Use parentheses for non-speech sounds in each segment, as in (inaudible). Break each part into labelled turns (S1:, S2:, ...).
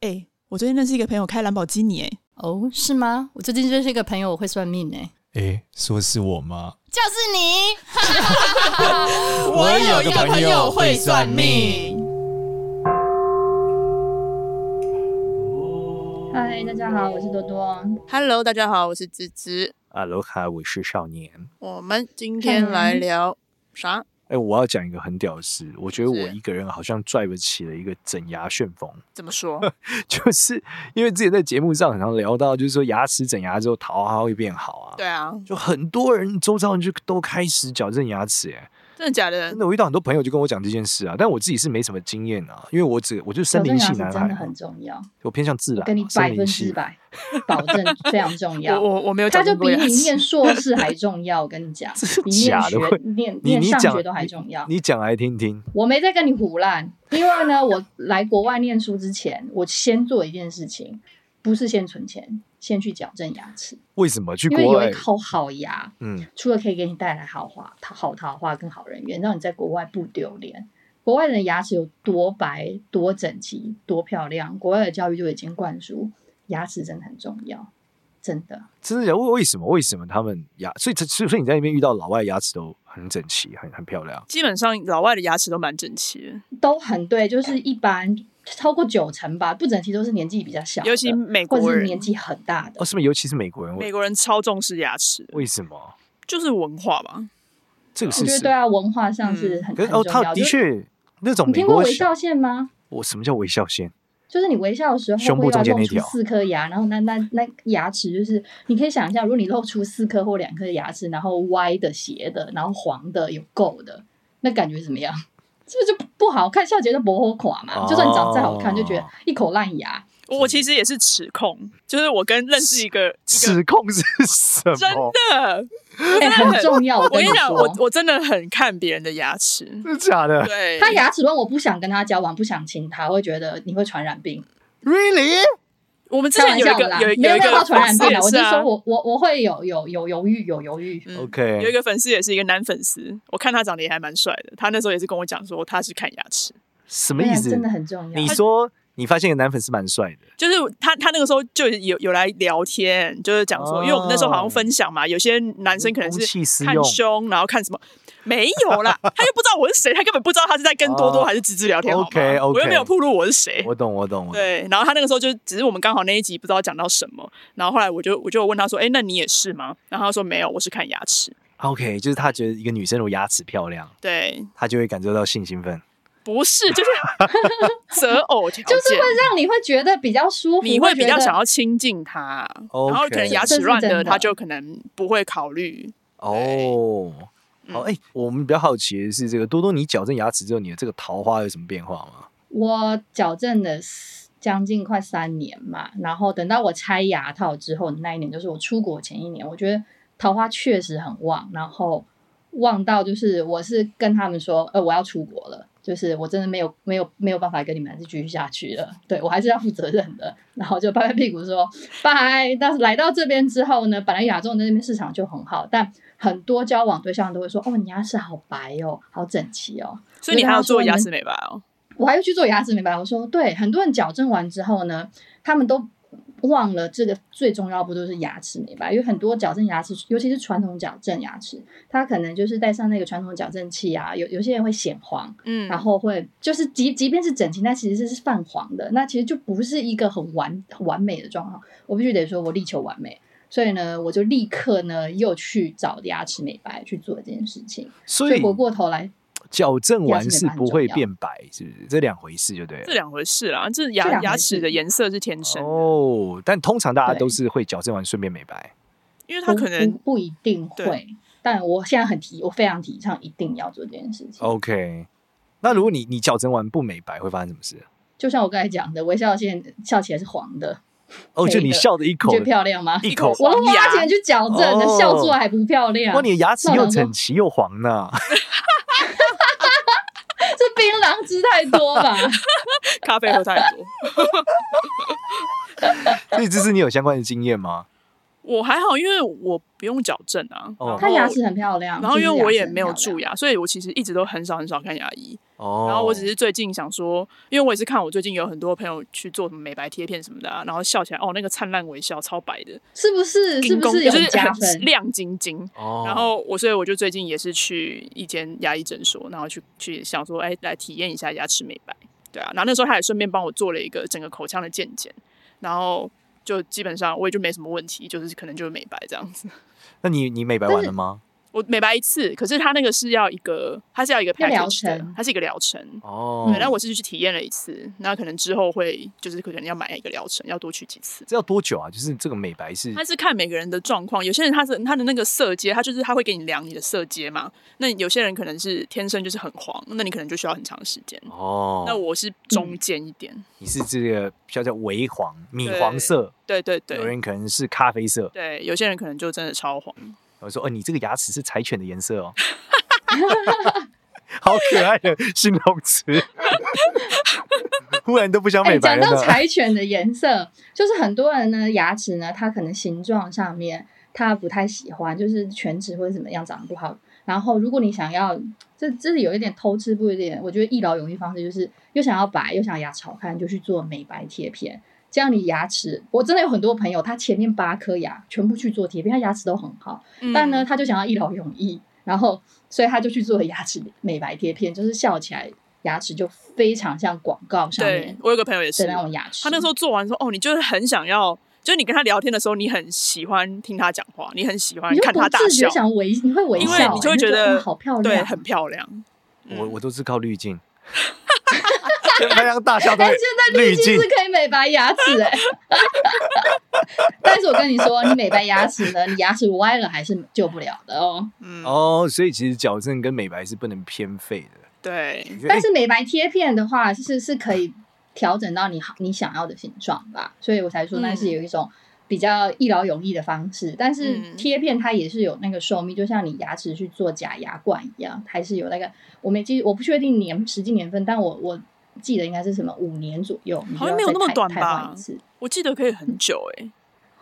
S1: 哎、我最近认识一个朋友开兰博基尼、哎，
S2: 哦，是吗？我最近认识一个朋友，我会算命哎、
S3: 诶，说是我吗？
S2: 就是你。
S3: 我有一个朋友会算命。
S4: 嗨，大家好，我是多多。
S5: Hello，大家好，我是芝芝。
S6: 阿罗卡，我是少年。
S5: 我们今天来聊啥？
S6: 哎、我要讲一个很屌的事，我觉得我
S5: 是
S6: 一个人好像拽不起了一个整牙旋风， (laughs)
S5: 怎么说？
S4: (laughs)
S6: 就是因为之前在节目上很常聊到，就是说牙齿整牙之后桃花会变好啊。
S5: 对啊，
S6: 就很多人周遭人就都开始矫正牙齿、哎，
S5: 真的假的
S6: 真？的，我遇到很多朋友就跟我讲这件事啊，但我自己是没什么经验啊，因为我只我就是
S4: 矫
S6: 森
S4: 正
S6: 林
S4: 牙
S6: 系
S4: 齿
S6: 男
S4: 真的
S6: 孩
S4: 很，重要，
S6: 我偏向自然嘛，
S4: 跟你
S6: 森
S4: 百
S6: 林
S4: 分
S6: 系
S4: 之百保证非常重
S5: 我
S4: 要。
S5: (laughs) 我我没啊有
S4: 它
S5: 讲
S4: 就
S5: 过
S4: 比
S5: 牙
S4: 你
S5: 齿
S4: 念。硕士还重要，我跟你讲，
S6: 真的
S4: 比念
S6: 假
S4: 学
S6: 的会
S4: 念
S6: 你
S4: 念
S6: 你
S4: 上
S6: 讲
S4: 学都还重要。
S6: 你讲来听听。
S4: 我没在跟你胡乱，因为呢，我来国外念书之前，我先做一件事情，不是先存钱，先去矫正牙齿，
S6: 为什么去
S4: 因为
S6: 国
S4: 有
S6: 外
S4: 一？口好牙，
S6: 嗯，
S4: 除了可以给你带来好花、好桃花跟好人缘，让你在国外不丢脸。国外人的牙齿有多白、多整齐、多漂亮，国外的教育就已经灌输牙齿真的很重要，真的。
S6: 真的假的？为为什么？为什么他们牙？所以，所以所以你在那边遇到老外牙齿都很整齐，很很漂亮。
S5: 基本上老外的牙齿都蛮整齐的，
S4: 都很对，就是一般超过九成吧，不整齐都是年纪比较小的，
S5: 尤其美国
S4: 或者是
S5: 人
S4: 年纪很大的
S6: 哦，。是不是？尤其是美国人，
S5: 美国人超重视牙齿的，
S6: 为什么？
S5: 就是文化吧。
S6: 这个
S4: 我
S6: 是
S4: 觉得
S6: 是
S4: 对，啊，文化
S5: 嗯
S4: 上是很、
S6: 可
S4: 很
S6: 是哦，
S4: 重
S6: 他
S4: 要。
S6: 的
S4: 就是
S6: 确那种
S4: 你
S6: 美
S4: 听过
S6: 国
S4: 微
S6: 小，
S4: 笑线吗？
S6: 我什么叫微笑线？
S4: 就是你微笑的时候
S6: 胸部
S4: 会要
S6: 中间
S4: 露
S6: 那
S4: 出
S6: 条
S4: 四颗牙，然后那那那牙齿就是你可以想一下，如果你露出四颗或两颗牙齿，然后歪的、斜的，然后黄的、有垢的，那感觉怎么样？是不是就不好看？笑起来就不好垮嘛。就算你长得再好看，就觉得
S6: 哦
S4: 一口烂牙。
S5: 我我其实也是齿控，就是我跟认识一个一个
S6: 指控是什
S5: 真
S6: 么？
S5: 的，
S4: 哎、很重要。我
S5: 我
S4: 跟
S5: 跟
S4: 你
S5: 你讲，
S4: 说，
S5: 我我真的很看别人的牙齿。
S6: 真的假的
S5: 对，
S4: 他牙齿论，我不想跟他交往，不想亲他，我会觉得你会传染病。
S6: ？Really？
S5: 我们之前
S4: 开玩
S5: 有一
S4: 笑
S5: 个
S4: 啦，
S5: 有一
S4: 没
S5: 有
S4: 有
S5: 一
S4: 没有
S5: 个
S4: 到传
S5: 粉
S4: 染
S5: 丝也是
S4: 病啦，我就
S5: 啊
S4: 说我我我会有有有犹豫，有犹豫。
S5: 嗯
S6: OK
S5: 有一个粉丝也是一个男粉丝，我看他长得也还蛮帅的，他那时候也是跟我讲说他是看牙齿，
S6: 什么
S4: 对
S6: 意
S4: 啊
S6: 思？
S4: 真的很重要。
S6: 你说你发现个男粉丝蛮帅的，
S5: 就是他他那个时候就有有来聊天，就是讲说，
S6: 哦
S5: 因为我们那时候好像分享嘛，有些男生可能
S6: 公器私
S5: 是
S6: 用
S5: 看胸，然后看什么。没有
S6: (laughs)
S5: 啦，他又不知道我是谁，他根本不知道他是在跟多多
S6: 哦
S5: 还是芝芝聊天。好吗
S6: OK，OK
S5: 我又没有暴露我是谁。
S6: 我懂，我懂，我懂。
S5: 对，然后他那个时候就只是我们刚好那一集不知道讲到什么，然后后来我就我就有问他说：“哎，那你也是吗？”然后他说：“没有，我是看牙齿。
S6: OK，就是他觉得一个女生如果牙齿漂亮，”
S5: 对，
S6: 他就会感受到性兴奋。
S5: 不是，就是 (laughs) 择偶条件，
S4: 就是会让你会觉得比较舒服，
S5: 你会比较想
S4: 要。
S5: 要亲近他，啊
S6: OK
S5: 然后可能牙齿乱
S4: 这是
S5: 的
S4: 真的
S5: 他就可能不会考虑。
S6: 哦，好，哎、我们比较好奇的是，这个多多，你矫正牙齿之后，你的这个桃花有什么变化吗？
S4: 我矫正了四将近快三年嘛，然后等到我拆牙套之后，那一年就是我出国前一年，我觉得桃花确实很旺，然后旺到就是我是跟他们说，呃，我要出国了。就是我真的没有没有没有办法跟你们还是继续下去了， (laughs) 对我还是要负责任的。然后就拍拍屁股说拜。但是来到这边之后呢，本来亚洲人在那边市场就很好，但很多交往对象都会说，哦，你牙齿好白哦，好整齐哦。
S5: 所以你还要做牙齿美白哦。
S4: 我还要去做牙齿美白。我说，对，很多人矫正完之后呢，他们都忘了这个最重要不就是牙齿美白？因为很多矫正牙齿，尤其是传统矫正牙齿，它可能就是戴上那个传统矫正器啊，有有些人会显黄，
S5: 嗯
S4: 然后会就是即即便是整形，但其实是泛黄的，那其实就不是一个很完很完美的状况。我必须得说，我力求完美，所以呢，我就立刻呢又去找牙齿美白去做这件事情。
S6: 所
S4: 所以
S6: 以
S4: 回过头来，
S6: 矫正完是
S4: 牙齿美白很
S6: 不会
S4: 重要
S6: 变白，是不是？这两回事就对
S5: 这
S6: 了。
S5: 两回事啦，这
S4: 这
S5: 牙
S4: 两回事
S5: 牙齿的颜色是天生的，
S6: 哦，但通常大家
S4: 对
S6: 都是会矫正完顺便美白。
S5: 因为他可
S4: 不
S6: 嗯
S5: 能
S4: 不不一定会
S5: 对，
S4: 但我现在很提，我非常提
S5: 哦
S4: 倡一定要做这件事情。
S6: OK，那如果你你矫正完不美白，会发生什么事？
S4: 就像我刚才讲的，微笑线笑起来是黄的，
S6: 哦，就
S4: 黑
S6: 你
S4: 的
S6: 笑的一
S4: 你
S6: 口
S4: 觉，得漂亮
S5: (laughs)
S4: 吗？
S6: 一口
S4: 我都
S5: 黄牙
S4: 花钱去矫正的，
S6: 哦
S4: 笑出来还不漂亮
S6: 哇，，你的牙齿
S4: 那我
S6: 又
S4: 想说
S6: 整齐又
S5: (laughs)
S6: 黄呢。
S4: 这槟榔吃太多
S5: (laughs)
S4: 吧？
S5: 咖啡喝太多。
S6: 所以这是你有相关的经验吗？
S5: 我还好，因为我不用矫正啊。
S6: 哦
S4: 她牙齿很漂亮，
S5: 然后因
S4: 其实
S5: 为我
S4: 牙齿
S5: 也
S4: 很
S5: 没有
S4: 漂亮
S5: 蛀牙，所以我其实一直都很少很少看牙医。
S6: 哦，
S5: 然后我只是最近想说，因为我也是看我最近有很多朋友去做什么美白贴片什么的、啊，然后笑起来哦，那个灿烂微笑超白的，
S4: 是不是是不
S5: 工
S4: 是
S5: 就
S4: 有
S5: 是
S4: 加
S5: 很
S4: 分？
S5: 亮晶晶。
S6: 哦，
S5: 然后我，所以我就最近也是去一间牙医诊所，然后去去想说，哎，来体验一下牙齿美白，对啊。然后那时候他也顺便帮我做了一个整个口腔的健检，然后就基本上我也就没什么问题，就是可能就是美白这样子。
S6: 那你你美白完了吗？
S5: 我美白一次，可是他那个是要一个，它是要一个
S4: 要疗
S5: package 的
S4: 程
S5: 它是一个疗程，
S6: 哦，
S5: 对，那我是去体验了一次，那可能之后会就是可能要买一个疗程，要多去几次。
S6: 这要多久啊？就是这个美白是
S5: 他是看每个人的状况，有些人他是他的那个色阶，他就是他会给你量你的色阶嘛。那有些人可能是天生就是很黄，那你可能就需要很长时间。
S6: 哦，
S5: 那我是中间一点，
S6: 你是这个比较叫微黄、米黄色，
S5: 对对
S6: 有
S5: 对
S6: 人可能是咖啡色。
S5: 对，有些人可能就真的超黄。
S6: 我说，哦，你这个牙齿是柴犬的颜色
S5: (laughs)
S6: 哦，好可爱的形容
S5: (laughs)
S6: 词。忽然都不想
S4: 哎，
S6: 美白
S4: 讲
S6: 了
S4: 到
S6: 呢。
S4: 柴犬的颜色，就是很多人呢牙齿呢，它可能形状上面他不太喜欢，就是犬齿或者怎么样长得不好。然后如果你想要，这这是有一点偷吃不有一点，我觉得一劳永逸方式就是又想要白又想牙齿好看，就去做美白贴片。这样你牙齿，我真的有很多朋友，他前面八颗牙全部去做贴片，他牙齿都很好，
S5: 嗯
S4: 但呢，他就想要一劳永逸，然后所以他就去做了牙齿美白贴片，就是笑起来牙齿就非常像广告上面
S5: 对我有个朋友也是
S4: 的，那种牙齿。
S5: 他那时候做完说，哦，你就是很想要，就是你跟他聊天的时候，你很喜欢听他讲话，你很喜欢
S4: 你就
S5: 看他
S4: 不
S5: 大
S4: 自
S5: 笑，
S4: 觉想微，你会微
S5: 因
S4: 笑、
S5: 为
S4: 欸，
S5: 你就会觉
S4: 觉
S5: 得
S4: 哇好漂亮，
S5: 对，
S4: (laughs)
S5: 很漂亮。
S6: 我
S5: 嗯
S6: 我都是靠滤镜，大家大笑都
S4: 哎、
S6: 会
S4: 现在滤镜是可以美白牙齿哎、 (laughs) 但是我跟你说，你美白牙齿呢，你牙齿歪了还是救不了的哦。
S5: 嗯，
S6: 哦，所以其实矫正跟美白是不能偏废的。
S5: 对
S6: 你，觉得
S4: 但
S6: 哎
S4: 是美白贴片的话，是是可以调整到你好你想要的形状吧，所以我才说那
S6: 嗯
S4: 是有一种比较一劳永逸的方式。但是
S5: 嗯
S4: 贴片它也是有那个寿命，就像你牙齿去做假牙冠一样，还是有那个我没记，我不确定年实际年份，但我我记得应该是什么五年左右，你就
S5: 好像
S4: 要
S5: 没有
S4: 再
S5: 那么
S4: 汰
S5: 短
S4: 汰
S5: 吧
S4: 换一次
S5: 我记得可以很久哎、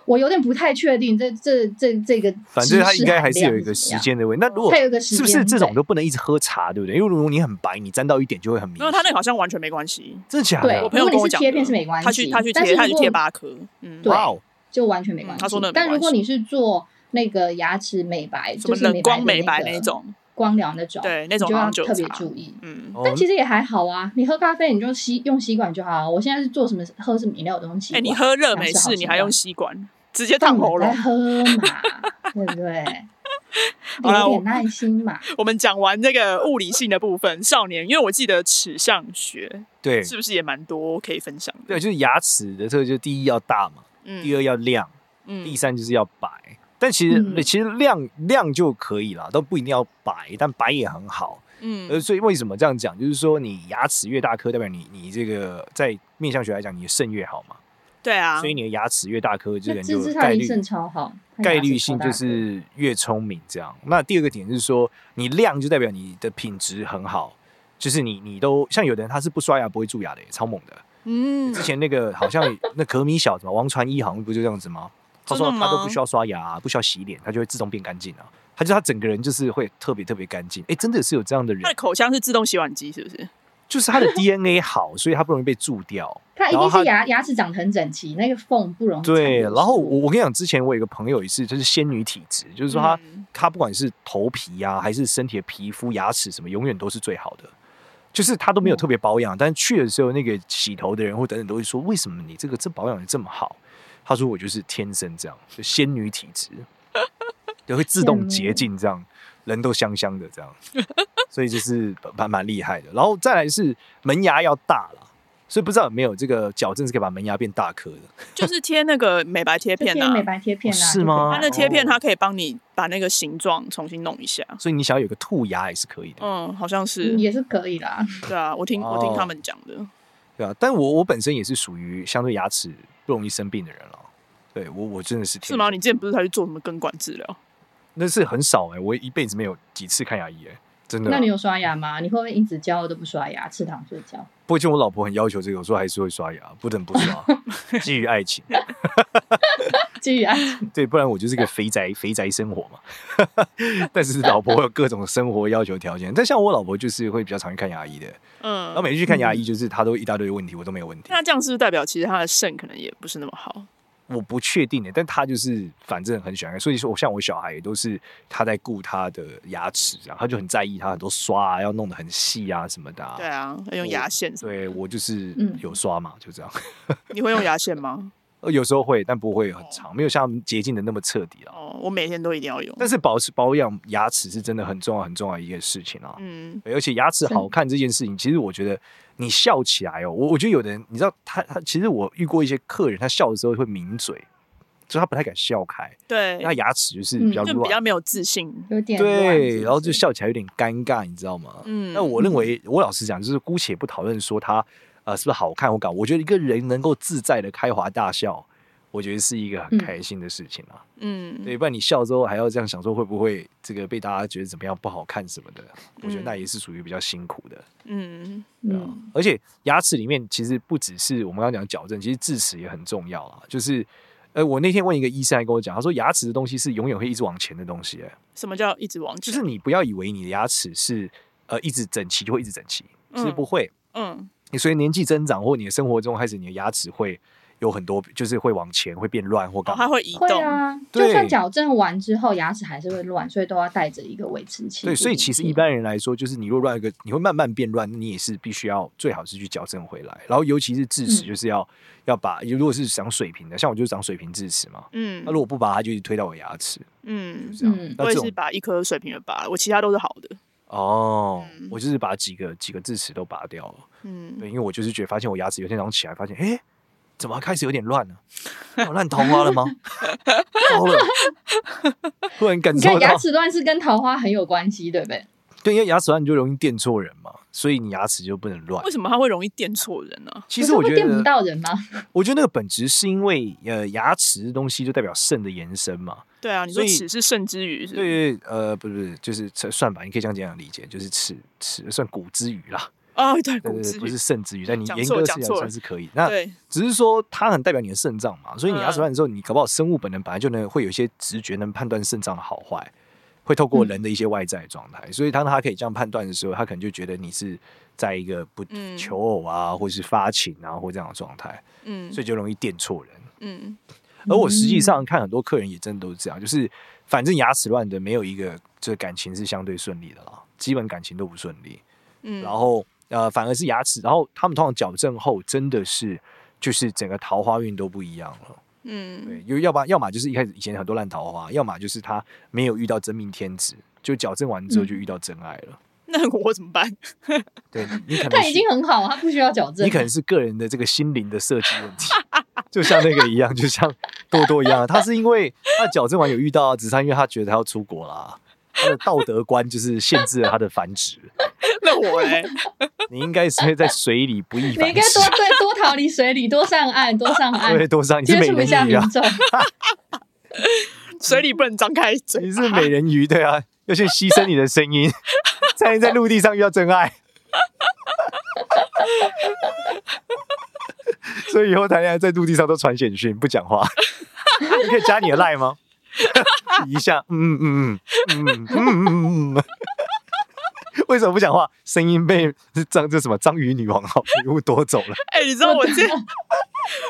S4: 我有点不太确定这这这这个，
S6: 反正它应该还是有一个时，间的问题。那如果
S4: 它有一个时
S6: 是
S4: 间，
S6: 不是这种
S4: 对
S6: 都不能一直喝茶，对不对？因为如果你很白，你沾到一点就会很明
S5: 然
S6: 显
S5: 后。他那个好像完全没关系。
S6: 真的假
S4: 对
S6: 的
S5: 我？朋友
S4: 如果你
S5: 跟我
S4: 是
S5: 讲的，
S4: 贴片是没关系
S5: 他去他去
S4: 但是
S5: 贴他
S4: 如
S5: 去
S4: 果
S5: 贴八颗，嗯，
S4: 对
S6: 哇哦，
S4: 就完全没关系。
S5: 嗯他说那没
S4: 但如
S5: 关
S4: 果
S5: 系
S4: 你是做那个牙齿美白，
S5: 什么
S4: 就是
S5: 冷光
S4: 美
S5: 美
S4: 白
S5: 白
S4: 的
S5: 那
S4: 个
S5: 种，
S4: 光疗那种，
S5: 对那
S4: 你
S5: 种
S4: 就
S5: 好
S4: 要
S5: 像就有
S4: 特别
S5: 差
S4: 注意。
S5: 嗯，
S6: 哦
S4: 但其实也还好啊，你喝咖啡你就吸用吸管就好啊。我现在是做什么喝什么饮料的东西，
S5: 哎、你喝热美
S4: 牙齿好
S5: 式你
S4: 习
S5: 还
S4: 惯
S5: 用吸管，直接烫
S4: 烫
S5: 喉咙
S4: (laughs) 再。喝嘛，对不
S5: (laughs)
S4: 对？
S5: 好啦
S4: 有
S5: 我
S4: 点耐心嘛，
S5: 我们讲完这个物理性的部分，少年，因为我记得齿相学
S6: 对
S5: 是不是也蛮多可以分享的？
S6: 对，就是牙齿的特个，就第一要大嘛，第
S5: 嗯
S6: 二要亮，第
S5: 嗯，
S6: 三就是要白。但其实、
S4: 嗯
S6: 其实亮亮就可以啦，都不一定要白，但白也很好。呃，
S5: 嗯，
S6: 所以为什么这样讲？就是说你牙齿越大颗，代表你你这个在面相学来讲，你的肾越好嘛。
S5: 对啊，
S6: 所以你的牙齿越大颗，这
S4: 这
S6: 个人
S4: 这
S6: 就是
S4: 他
S6: 概率
S4: 医生超好，他
S6: 概
S4: 牙齿
S6: 率
S4: 超
S6: 性
S4: 大
S6: 就
S4: 颗
S6: 是越聪明这样。那第二个点是说，你亮就代表你的品质很好，就是你你都像有的人他是不刷牙不会蛀牙的耶，超猛的。
S5: 嗯
S6: 之前那个好像那革米小子嘛，王传一好像不就这样子吗？他
S5: 真
S6: 说
S5: 的
S6: 他都
S5: 吗
S6: 不需要刷牙啊、不需要洗脸，他就会自动变干净啊。他就他整个人就是会特别特别干净。哎，真的是有这样的人
S5: 他的，口腔是自动洗碗机，是不是？
S6: 就是他的 (laughs) DNA 好，所以他不容易被蛀掉。
S4: 它一
S6: 然后
S4: 定
S6: 它
S4: 是牙牙齿长得很整齐，那个缝不容易藏
S6: 对，
S4: 东西
S6: 然后我我跟你讲，之前我有一个朋友也是，就是仙女体质，就是说她、
S5: 嗯
S6: 她不管是头皮呀、还是身体的皮肤、牙齿什么，永远都是最好的。就是她都没有特别保养，但去的时候，那个洗头的人或等等都会说，为什么你这个这保养的这么好？她说我就是天生这样，就仙女体质，就会自动洁净这样，人都香香的这样，所以就是蛮蛮厉害的。然后再来是门牙要大了。所以不知道有没有这个矫正是可以把门牙变大颗的？ (laughs)
S5: 就是贴那个美白贴
S4: 就
S5: 片
S4: 贴
S5: 啊
S4: 美，白贴片啊，
S6: 哦是吗
S5: 它那贴片
S6: 哦
S5: 它可以帮你把那个形状重新弄一下。
S6: 所以你想要有个兔牙也是可以的。
S5: 嗯，好像
S4: 就可以
S5: 是，
S4: 也是可以啦。
S5: 对啊，我听我听
S6: 哦
S5: 他们讲的，
S6: 对对啊，但我我本身也是属于相对牙齿不容易生病的人了。对我我真的是
S5: 是吗？你之前不是才去做什么根管治疗？
S6: 那是很少哎、我一辈子没有几次看牙医哎、真的。
S4: 那你有刷牙吗？你会不会一直教都不刷牙，吃糖睡觉？
S6: 不过就我老婆很要求这个，我说还是会刷牙，不能不刷，基于爱情。啊
S4: 基
S6: (laughs)
S4: 于爱
S6: 对，不然我就是个肥宅，肥宅生活嘛。 (laughs) 但是老婆有各种生活要求条件，但像我老婆就是会比较常去看牙医的，然
S5: 嗯，
S6: 后每次去看牙医就是她都一大堆问题，我都没有问题。
S5: 那这样是不是代表其实他的肾可能也不是那么好？
S6: 我不确定的，但她就是反正很喜欢看，所以说我像我小孩也都是她在顾她的牙齿啊，她就很在意她很多刷啊，要弄得很细啊什么的、啊
S5: 对。啊，要用牙线什么的。
S6: 对我就是
S4: 嗯
S6: 有刷嘛，就这样。
S5: 你会用牙线
S6: (laughs)
S5: 吗？
S6: 呃有时候会，但不会很长，没有像洁净的那么彻底了。
S5: 哦哦，我每天都一定要用。
S6: 但是保持保养牙齿是真的很重要很重要的一个事情啊。
S5: 嗯，
S6: 对而且牙齿好看这件事情，其实我觉得你笑起来哦，我我觉得有的人，你知道他他其实我遇过一些客人，他笑的时候会抿嘴，所以他不太敢笑开，因
S5: 对
S6: 为他，牙齿就是比较
S5: 就比较
S6: 乱，
S5: 没有自信。
S4: 有点乱是不
S6: 对，
S4: 是
S6: 然后就笑起来有点尴尬，你知道吗？
S5: 嗯，
S6: 那我认为，我老实讲，就是姑且不讨论说他呃是不是好看或搞，我觉得一个人能够自在的开怀大笑，我觉得是一个很
S4: 嗯
S6: 开心的事情啊。
S5: 嗯，
S6: 对，不然你笑之后还要这样想说会不会这个被大家觉得怎么样不好看什么的，我觉得那也是属于比较辛苦的。
S5: 嗯，
S4: 嗯，
S6: 而且牙齿里面其实不只是我们刚刚讲的矫正，其实智齿也很重要啦。就是，呃，我那天问一个医生，还跟我讲，他说牙齿的东西是永远会一直往前的东西、哎
S5: 什么叫一直往前？
S6: 就是你不要以为你的牙齿是呃一直整齐就会一直整齐，
S5: 嗯
S6: 是不会。
S5: 嗯
S6: 你随着年纪增长或你的生活中开始，你的牙齿会有很多，就是会往前，会变乱或
S5: 哦
S6: 干，嘛。
S5: 它会移
S4: 会
S5: 动。
S4: 啊，
S6: 对
S4: 就算矫正完之后牙齿还是会乱，所以都要带着一个维持器。
S6: 对，所以其实一般人来说，就是你若乱一个，你会慢慢变乱，你也是必须要最好是去矫正回来。然后尤其是智齿，
S4: 嗯
S6: 就是要、要把，如果是长水平的，像我就是长水平智齿嘛，
S5: 嗯
S6: 那如果不拔，它就一直推到我牙齿，就
S5: 嗯，
S6: 这样。
S4: 嗯
S6: 那
S5: 我
S6: 这
S5: 也是
S6: 种
S5: 把一颗水平的拔了，我其他都是好的。
S6: 哦
S5: 嗯，
S6: 我就是把几个几个智齿都拔掉了。
S5: 嗯，
S6: 对，因为我就是觉得发现我牙齿有天早上起来发现，哎，怎么开始有点乱了、我烂桃花了吗？ (laughs) 糟了，突然感
S4: 你
S6: 受
S4: 看牙
S6: 到，
S4: 齿乱是跟桃花很有关系，对不对？
S6: 对，因为牙齿乱你就容易电错人嘛，所以你牙齿就不能乱
S5: 为。什么它会容易电错人啊呢？
S6: 其
S4: 哦可
S6: 实
S4: 是
S6: 我
S4: 会
S6: 觉
S4: 电不
S6: 得，嗯
S4: 到人吗？
S6: 我觉得那个本质是因为呃，牙齿这东西就代表肾的延伸嘛。
S5: 对啊，你
S6: 所
S5: 说
S6: 以
S5: 齿是肾之鱼是不是？
S6: 对，呃，不是不是，就是算吧，你可以这样这样理解，就是齿齿算骨之鱼啦，
S5: 哦，对，
S6: 对
S5: 骨
S6: 对
S5: 之
S6: 对，不
S5: 鱼
S6: 是。肾之鱼，但你
S5: 讲
S6: 严
S5: 错
S6: 格
S5: 了
S6: 起
S5: 讲
S6: 来
S5: 错了
S6: 算是可以。那
S5: 对，
S6: 只是说它很代表你的肾脏嘛，所以你
S5: 嗯
S6: 牙齿乱的时候，你搞不好生物本能本来就能会有一些直觉能判断肾脏的好坏，会透
S5: 嗯
S6: 过人的一些外在状态，所以当他可以这样判断的时候，他可能就觉得你是在一个不
S5: 嗯
S6: 求偶啊，或是发情啊，或这样的状态，
S5: 嗯
S6: 所以就容易电错人。
S5: 嗯
S6: 而我实际上看很多客人也真的都是这样，就是反正牙齿乱的没有一个这感情是相对顺利的啦，基本感情都不顺利。
S5: 嗯，
S6: 然后呃，反而是牙齿，然后他们通常矫正后真的是就是整个桃花运都不一样了。
S5: 嗯
S6: 对，因为要不然要么就是一开始以前很多烂桃花，要么就是他没有遇到真命天子，就矫正完
S4: 嗯
S6: 之后就遇到真爱了。
S5: (laughs) 那我怎么办？ (laughs)
S6: 对
S4: (laughs)
S6: 你可
S4: (laughs)
S6: 能
S4: 他
S6: 是
S4: 已经很好，他不需要矫正。
S6: 你可能是个人的这个心灵的设计问题。 (laughs) 就像那个一样，就像多多一样，他是因为他矫正完有遇到啊，只是他因为他觉得他要出国啦，他的道德观就是限制了他的繁殖。
S5: 那我哎，
S6: 你应该是会在水里不易
S4: 你
S6: 繁
S4: 应该
S6: 殖
S4: 多，对多逃离水里，多上岸，多上岸，
S6: 对，多上你是
S4: 哎接
S6: 美
S4: 触一下
S6: 人鱼
S4: 民
S6: 啊，
S4: 众。 (laughs)
S5: 水里不能张开嘴
S6: 你。是美人鱼，对啊，要去牺牲你的声
S4: (laughs)
S6: 音，才能在陆地上遇到真爱。所以以后谈恋爱在陆地上都传简讯，不讲话。你可以加你的赖吗？一下，嗯嗯嗯嗯嗯嗯嗯。为什么不讲话？声音被章这什么章鱼女王好礼物夺走了。
S5: (laughs) 哎、你知道我之前，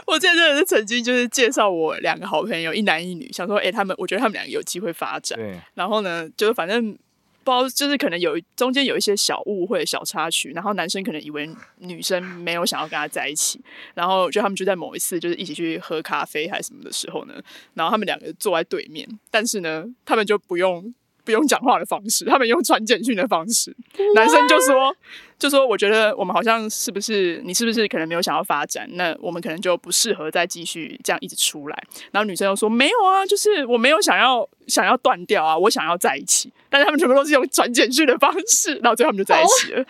S5: 我之前真的是曾经就是介绍我两个好朋友，一男一女，想说，哎、他们我觉得他们两个有机会发展。
S6: 对，
S5: 然后呢，就是反正不知道，就是可能有一中间有一些小误会、小插曲，然后男生可能以为女生没有想要跟他在一起，然后就他们就在某一次就是一起去喝咖啡还是什么的时候呢，然后他们两个坐在对面，但是呢，他们就不用。不用讲话的方式，他们用传简讯的方式。男生就说：“就说我觉得我们好像是不是你是不是可能没有想要发展？那我们可能就不适合再继续这样一直出来。”然后女生又说：“没有啊，就是我没有想要想要断掉啊，我想
S6: 哦
S5: 要在一起。”但是他们全部都是用传简讯的方式，然后最后他们就在一起了。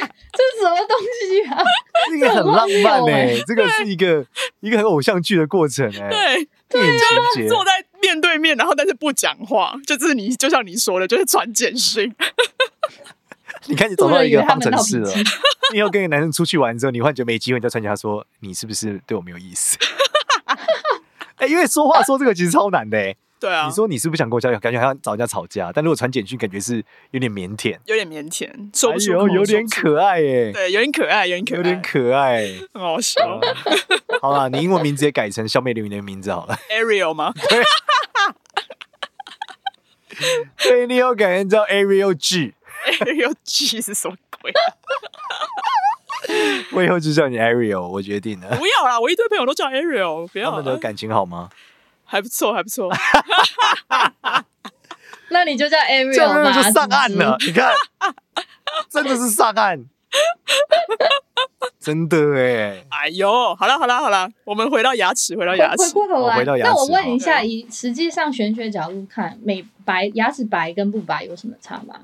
S4: 这什么东西啊？ (laughs)
S6: 这个很浪漫
S4: 很欸荒
S6: 哎、
S4: 谬
S6: 这个是一个一个很偶像剧的过程哎、
S5: 对，
S6: 电影情节
S5: 坐在面对面，然后但是不讲话，就是你就像你说的，就是传简讯。
S6: 你看你找
S4: 路
S6: 到
S4: 人
S6: 一
S4: 以
S6: 个
S4: 为他
S6: 方
S4: 们
S6: 程
S4: 闹
S6: 式
S4: 脾
S6: 了。
S4: 气，
S6: (laughs) 你以后跟一个男生出去玩之后，你幻觉没机会，你再传给他说你是不是对我没有意思？ (laughs) 哎、因为说话说这个其实超难的、欸。
S5: 对啊，
S6: 你说你是不是想跟我交友，感觉好像找人家吵架，但如果传简讯，感觉是有点腼腆，
S5: 有点腼腆，说不出
S6: 哎
S5: 口
S6: 呦，有
S5: 说
S6: 点，
S5: 不出口
S6: 可爱耶、
S5: 对，有点可爱，有点可爱，
S6: 有点可爱、欸
S5: 很好笑。
S6: 好啦，你英文名直接改成 (laughs) 小美玲玲的名字好了。
S5: Ariel 吗？ (laughs)
S6: 对你有改成叫 Ariel G，
S5: Ariel G 是什么
S6: (laughs)
S5: 鬼？
S6: 我以后就叫你 Ariel，我决定了。
S5: 不要啦，我一堆朋友都叫 Ariel，不
S6: 他
S5: 要
S6: 们的
S5: 啦，
S6: 感情好吗？
S5: 还不错，还不错。
S4: 那你就叫
S6: 这
S4: Ariel
S6: 样
S4: 吧，
S6: 就上岸了，
S4: 是
S6: 你看，真的是上岸，真的哎。
S5: 哎呦，好啦好啦好啦，我们回到牙齿，回到
S4: 不是。
S5: 牙
S4: 回
S5: 齿
S4: 回。过头
S6: 哦
S4: 来
S6: 回到，牙齿
S4: 那我问一
S5: 好
S4: 下，以实际上玄学角度看，美白牙齿白跟不白有什么差吗？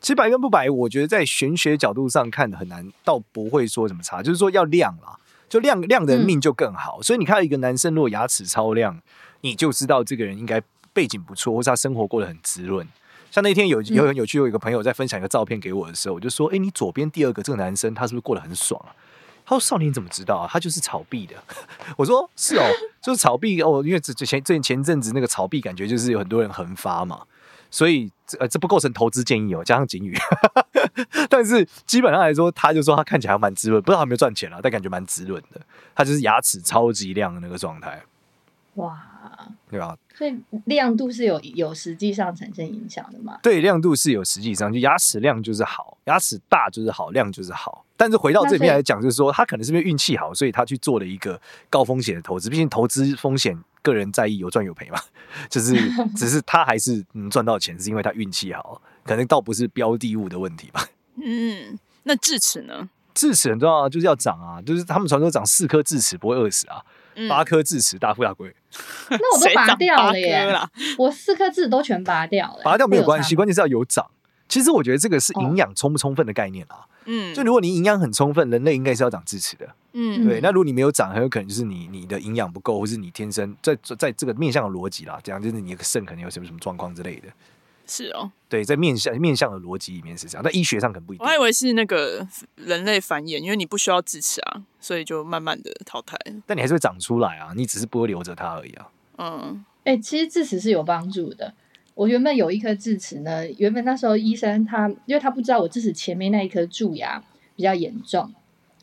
S6: 其实白跟不白，我觉得在玄学角度上看很难，倒不会说什么差，就是说要亮啦，就亮亮的命就更好。所以你看到一个男生如果牙齿超亮，你就知道这个人应该背景不错，或是他生活过得很滋润。像那天有有很有趣，有一个朋友在分享一个照片给我的时候，我就说：“哎、你左边第二个这个男生，他是不是过得很爽啊？”他说：“少年你怎么知道啊？他就是炒币的。” (laughs) 我说：“是哦， (laughs) 就是炒币哦，因为之前前前阵子那个炒币，感觉就是有很多人横发嘛，所以这呃这不构成投资建议哦，加上警语。 (laughs) 但是基本上来说，他就说他看起来还蛮滋润，不知道他有没有赚钱啊，但感觉蛮滋润的。他就是牙齿超级亮的那个状态，
S4: 哇，
S6: 对吧？
S4: 所以亮度是有有实际上产生影响的
S5: (laughs)
S4: 嘛？
S6: 对，亮度是有实际上，就牙齿亮就是好，牙齿大就是好，亮就是好。但是回到这边来讲，就是说他可能是因为运气好，所以他去做了一个高风险的投资。毕竟投资风险，个人在意有赚有赔嘛。 (laughs) 就是只是他还是能赚到钱，是因为他运气好，可能倒不是标的物的问题吧。
S5: 嗯，那智齿呢？
S6: 智齿很重要啊，就是要长啊，就是他们传说长四颗智齿不会饿死啊，
S5: 嗯
S6: 八颗智齿大富大贵，
S4: 那我都
S5: 谁
S4: 拔
S5: 长
S4: 掉
S5: 八
S4: 了耶
S5: 颗，啦？
S4: 我四颗痣都全拔掉了，
S6: 拔掉没有
S4: 会
S6: 关系，
S4: 差吗
S6: 关键是要有长。其实我觉得这个是
S4: 哦
S6: 营养充不充分的概念啊。
S5: 嗯，
S6: 就如果你营养很充分，人类应该是要长智齿的。
S5: 嗯
S6: 对，那如果你没有长，很有可能就是你你的营养不够，或是你天生在在这个面向的逻辑啦，讲就是你的肾可能有什么什么状况之类的。
S5: 是哦，
S6: 对，在面向面向的逻辑里面是这样，但医学上可能不一
S5: 我
S6: 定
S5: 还。以为是那个人类繁衍，因为你不需要智齿啊，所以就慢慢的淘汰。
S6: 但你还是会长出来啊，你只是不会留着它而已啊。
S5: 嗯，
S4: 哎、其实智齿是有帮助的。我原本有一颗智齿呢，原本那时候医生他，因为他不知道我智齿前面那一颗蛀牙比较严重，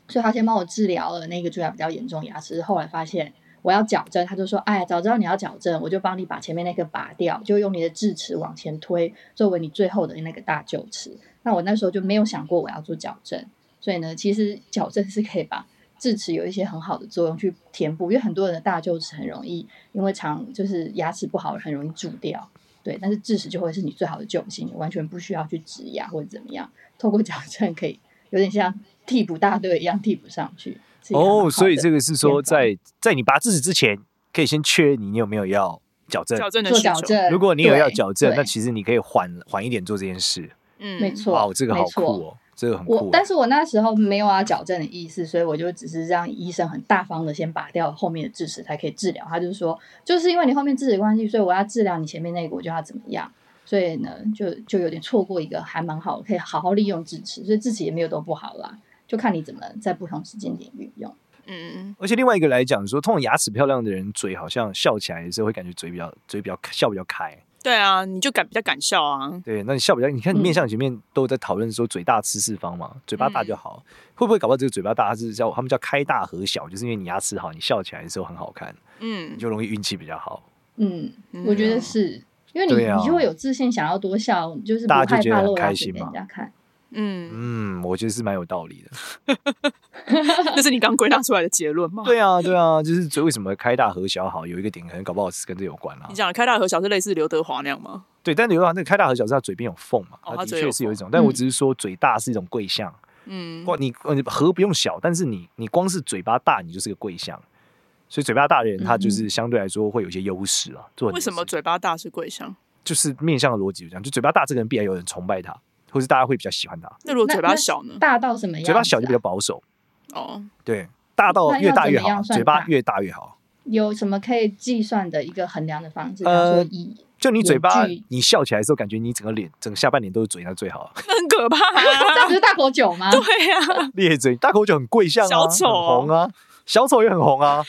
S4: 所以他先帮我治疗了那个蛀牙比较严重牙齿。后来发现我要矫正，他就说：“哎，早知道你要矫正，我就帮你把前面那个拔掉，就用你的智齿往前推，作为你最后的那个大臼齿。”那我那时候就没有想过我要做矫正，所以呢，其实矫正是可以把智齿有一些很好的作用去填补，因为很多人的大臼齿很容易因为常就是牙齿不好，很容易蛀掉。对，但是智齿就会是你最好的救星，你完全不需要去植牙或者怎么样，透过矫正可以有点像替补大队一样替补上去。是一个很好
S6: 哦，
S4: 的
S6: 所以这个是说
S4: 偏方
S6: 在，在你拔智齿之前，可以先确认你有没有要矫正。
S5: 矫正的
S4: 做
S5: 需
S4: 矫
S5: 求，
S4: 正，
S6: 如果你有要矫正，
S4: 对
S6: 那其实你可以缓缓一点做这件事。
S5: 嗯，
S4: 没。错，
S6: 哇，这个好
S4: 没
S6: 酷
S4: 错
S6: 哦，这个很酷
S4: 我
S6: 哦。
S4: 但是我那时候没有要矫正的意思，所以我就只是让医生很大方的先拔掉后面的智齿才可以治疗。他就说，就是因为你后面智齿的关系，所以我要治疗你前面那个，我就要怎么样。所以呢，就就有点错过一个还蛮好，可以好好利用智齿，所以智齿也没有都不好啦，就看你怎么在不同时间点运用。
S5: 嗯，
S6: 而且另外一个来讲说，通常牙齿漂亮的人，嘴好像笑起来的时候会感觉嘴比较嘴比较笑比较开。
S5: 对啊，你就敢比较敢笑啊。
S6: 对，那你笑比较，你看
S4: 嗯
S6: 面向前面都在讨论说嘴大吃四方嘛，嘴巴大
S4: 嗯
S6: 就好，会不会搞到这个嘴巴大它是叫他们叫开大合小，就是因为你牙齿好，你笑起来的时候很好看，
S5: 嗯
S6: 你，就容易运气比较好。
S4: 嗯，
S5: 嗯
S4: 我觉得是因为你、
S6: 对啊
S4: 你就会有自信，想要多笑，你就是不
S6: 大
S4: 害
S6: 家就觉得
S4: 怕
S6: 很
S4: 露牙
S6: 开
S4: 齿
S6: 心
S4: 给
S6: 嘛
S4: 人家看。
S5: 嗯，
S6: 嗯，我觉得是蛮有道理的。
S5: 这是你刚归纳出来的结论吗？
S6: (laughs) 对啊，对啊，就是嘴为什么开大合小好，有一个点可能搞不好是跟这有关啦、
S5: 你讲的开大和小是类似刘德华那样吗？
S6: 对，但刘啊德华那个开大合小是他嘴边有缝嘛，
S5: 哦
S6: 他
S5: 他
S6: 的
S5: 嘴
S6: 确
S5: 有
S6: 是有一种，
S4: 缝
S6: 但我
S4: 嗯
S6: 只是说嘴大是一种贵相，
S5: 嗯，
S6: 光你呃你合不用小，但是你你光是嘴巴大，你就是个贵相，所以嘴巴大的人他就是相对来说会有一些优势啊。做很多
S5: 嗯为什么
S6: 事
S5: 嘴巴大是贵相？
S6: 就是面向的逻辑就这样，就嘴巴大这个人必然有人崇拜他，或是大家会比较喜欢它。
S5: 那如果
S4: 那
S5: 嘴巴小呢？
S4: 大到什么样、啊
S6: 嘴巴小就比较，保守，
S5: 哦，
S6: 对，大到
S4: 那
S6: 越
S4: 要
S6: 大
S4: 怎
S6: 越
S4: 么样
S6: 好，
S4: 算
S6: 嘴巴
S4: 大
S6: 越大越好。
S4: 有什么可以计算的一个衡量的方式？比
S6: 呃
S4: 方说以
S6: 就你嘴巴
S4: 远距，
S6: 你笑起来的时候，感觉你整个脸、整个下半脸都是嘴，那最好。
S5: 那很可怕啊、 (laughs)
S4: 这不是大口酒吗？
S5: 对啊呀、
S6: 咧嘴，大口酒很贵相啊，
S5: 小丑
S6: 很
S5: 哦
S6: 红啊，小丑也很
S5: (laughs)
S6: 红啊，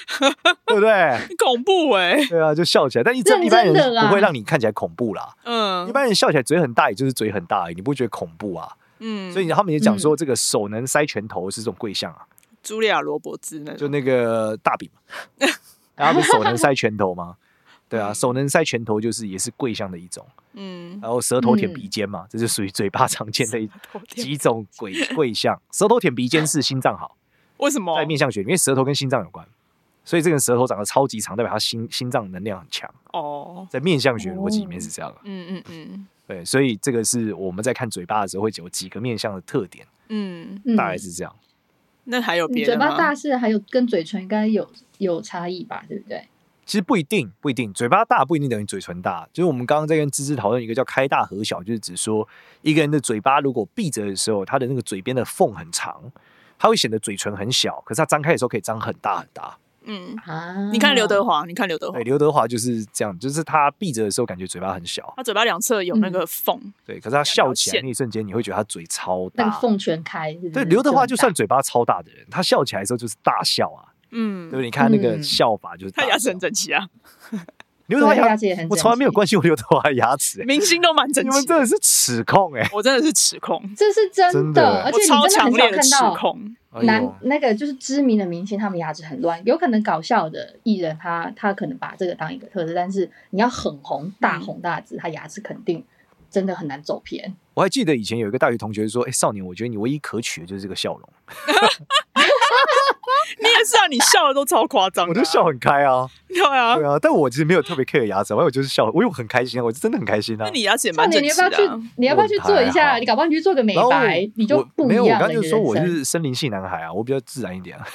S6: 对不对？
S5: 很恐怖哎、
S6: 对啊，就笑起来。但一这
S4: 认
S6: 一般人
S4: 真的啊啦
S6: 不会让你看起来恐怖啦。一
S5: 嗯
S6: 般人笑起来嘴很大，也就是嘴很大而已，你不会觉得恐怖啊？
S5: 嗯，
S6: 所以他们也讲说，这个手能塞拳头是这种贵相啊，
S5: 茱莉亚·罗伯兹那
S6: 就
S5: 种，
S6: 那个大饼嘛，
S5: (laughs)
S6: 然后他们手能塞拳头吗？对啊，手能塞拳头就是也是贵相的一种，
S5: 嗯，
S6: 然后舌头舔
S4: 嗯
S6: 鼻尖嘛，这就属于嘴巴常见的一
S5: 头舔
S6: 几种鬼贵相。舌头舔鼻尖是心脏好，
S5: 为什么
S6: 在？面相学里面，因为舌头跟心脏有关，所以这个人舌头长得超级长，代表他心心脏能量很强，
S5: 哦，
S6: 在面相学逻辑里面是这样的。
S5: 嗯嗯嗯
S6: 对，所以这个是我们在看嘴巴的时候会有几个面相的特点，
S5: 嗯，
S4: 嗯
S6: 大概是这样。
S5: 那还有
S4: 你
S5: 别
S4: 嘴
S5: 的
S4: 巴
S5: 吗？
S4: 大是还有跟嘴唇应该有有差异吧，对不对？
S6: 其实不一定，不一定，嘴巴大不一定等于嘴唇大。就是我们刚刚在跟芝芝讨论一个叫开大合小，就是指说一个人的嘴巴如果闭着的时候，他的那个嘴边的缝很长，他会显得嘴唇很小，可是他张开的时候可以张很大很大。
S5: 嗯，
S4: 啊，
S5: 你看刘德华，你看刘德华
S6: 嗯对，，刘德华就是这样，就是他闭着的时候感觉嘴巴很小，
S5: 他嘴巴两侧有那
S4: 嗯
S5: 个缝，
S6: 对，可是他笑起
S5: 两条
S6: 来
S5: 线
S6: 那一瞬间，你会觉得他嘴超
S4: 那个
S6: 大。
S4: 凤全开是不是，
S6: 对，刘德华就算
S4: 很
S6: 嘴巴超大的人，他笑起来的时候就是大笑啊，对
S5: 嗯
S6: 不，对？你看他那个
S4: 嗯
S6: 笑法就是大
S5: 他
S6: 笑
S5: 牙齿很整齐啊，
S6: 刘德华
S4: 对
S6: 牙
S4: 牙齿也很
S6: 我从来没有
S4: 整齐
S6: 关心过刘德华的牙齿、欸，
S5: 明星都蛮整
S6: 你们
S5: 齐
S6: 真。的是齿控哎、
S5: 我真的是尺控
S4: 大，，这是
S6: 真
S4: 真
S6: 的
S4: 而且
S5: 我
S4: 你
S5: 超
S4: 真的
S5: 强
S4: 很
S5: 烈的尺
S4: 少看到。
S5: 控。
S6: 哎
S4: 男
S6: 呦，
S4: 那个就是知名的明星，他们牙齿很乱，有可能搞笑的艺人他他可能把这个当一个特色，但是你要很红
S5: 嗯
S4: 大红大紫，他牙齿肯定真的很难走偏。
S6: 我还记得以前有一个大学同学说：“哎、少年，我觉得你唯一可取的就是这个笑
S5: 啊
S6: 容。
S5: 你也是啊，你笑的都超夸张、啊，
S6: 我就笑，很开啊，
S5: 对啊
S6: 对。啊，但我其实没有特别 care 牙齿，反正我就是笑，我又很开心啊，我是真的很开心啊
S5: 那。你牙齿也
S4: 少
S5: 蛮
S4: 年，
S5: 整
S4: 你
S5: 齐
S4: 要不要
S5: 的、啊
S4: 去？你要不要去做一
S6: 我很还
S4: 下？
S6: 好
S4: 你搞不好你去做个美
S6: 然后
S4: 白，你就
S6: 我
S4: 不
S6: 没
S4: 一
S6: 有，我
S4: 样
S6: 刚
S4: 了。
S6: 刚
S4: 你的
S6: 就是说我
S4: 人生
S6: 是森林系男孩啊，我比较自然一点、啊。 (laughs)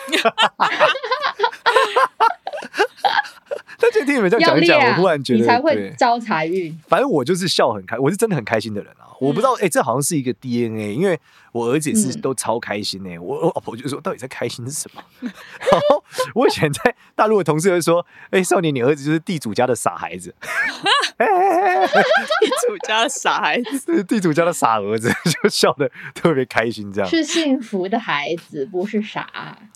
S6: 但就听你们这样
S4: 要
S6: 讲一
S4: 练
S6: 讲，
S4: 啊，
S6: 我忽然觉得
S4: 你才会
S6: 对
S4: 招财运。
S6: 反正我就是笑很开，我是真的很开心的人啊！我不知道，哎、这好像是一个 DNA，因为我儿子也是
S4: 嗯
S6: 都超开心哎、我我老婆就说，到底在开心是什么？ (laughs) 然后我以前在大陆的同事就说，哎、少年，你儿子就是地主家的傻孩子， (laughs)
S5: (laughs) 地主家的傻孩子，
S6: 就是地主家的傻儿子， (laughs) 就笑的特别开心这样。
S4: 是幸福的孩子，不是傻。